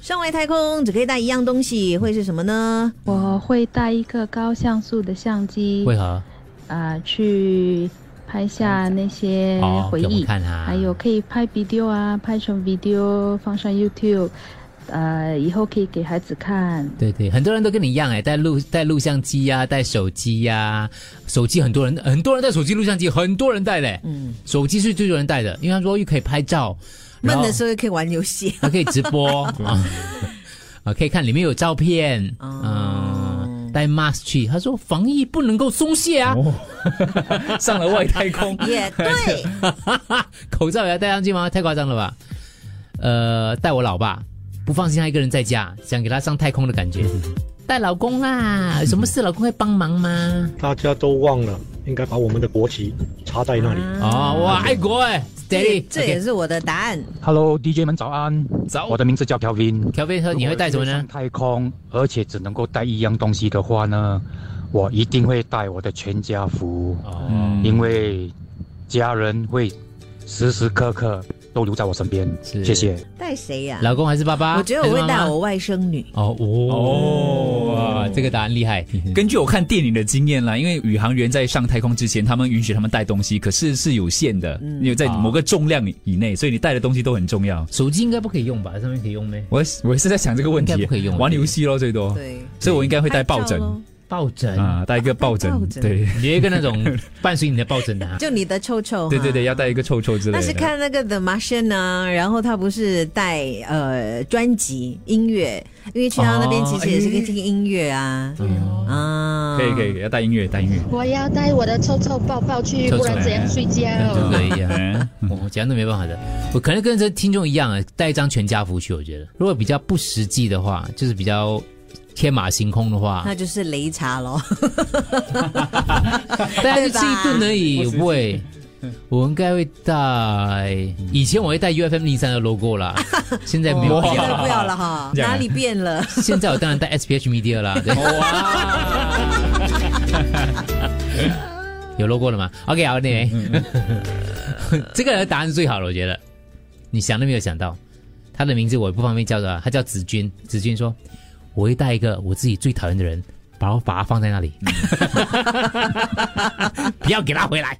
上外太空只可以带一样东西，会是什么呢？我会带一个高像素的相机，嗯为何？啊、去拍下那些哦，回给我们忆，看啊。还有可以拍 video 啊，拍成 video 放上 YouTube，呃，以后可以给孩子看。对对，很多人都跟你一样哎，带录带录像机呀、带手机呀、手机很多人很多人带手机、录像机，很多人带嘞。嗯，手机是最多人带的，因为他说又可以拍照，然闷后的时候可以玩游 戏。还可以直播 啊，啊可以看里面有照片，哦嗯、带 mask 去。他说防疫不能够松懈啊，哦 上了外 太空，也 对， 口罩也要戴上去吗？太夸张了吧？呃，带我老爸，不放心他一个人在家，想给他上太空的感觉。带老公啦，有什么事老公会帮忙吗？大家都忘了，应该把我们的国旗插在那里。哦，哇，爱国哎这，Daddy，这也是我的答案。 Hello DJ 们早安，早我的名字叫 Kelvin。调配车你会带什么如果呢上？太空，而且只能够带一样东西的话呢，我一定会带我的全家福，哦，嗯因为家人会时时刻刻都留在我身边。是谢谢。带谁呀、老公还是爸啊爸？我觉得我还是会妈妈带我外甥女。哦哦，哇这个答案厉害。哦根据我看电影的经验啦，因为宇航员在上太空之前，他们允许他们带东西，可是是有限的，嗯因为在某个重量以内，所以你带的东西都很重要。手机应该不可以用吧？上面可以用啊咩？哦我我也是在想这个问应题该不可以用，玩游戏咯最多，对，所以我应哦该会带抱拍枕照咯抱 枕，啊，带一个抱枕带抱，枕对你一个那种伴随你的抱枕 啊。就你的臭臭。对对对，哈要带一个臭臭之类但的。是看那个 The Martian 啊，然后他不是带呃专辑音乐，因为去到那边哦哎其实也是可以听音乐啊。啊，可以可以，可以要带音乐，带音乐。我要带我的臭臭抱抱去，臭臭不然怎样睡觉？对 呀，嗯，我讲都没办法的。我可能跟这听众一样啊，带一张全家福去。我觉得，如果比较不实际的话，就是比较天马行空的话 那，就是擂茶咯。大家就吃一顿而已。不会，我应该会带。以前我会带 U F M 零三的 logo 啦，现在没有必现要在了。不要了哈，这样啊哪里变了？现在我当然带 S P H Media 啦。对有 logo 了吗？OK，好，那位， 这个人的答案是最好的，我觉得。你想都没有想到，他的名字我也不方便叫的，啊他叫子君。子君说：“我会带一个我自己最讨厌的人，把我把他放在那里，不要给他回来。”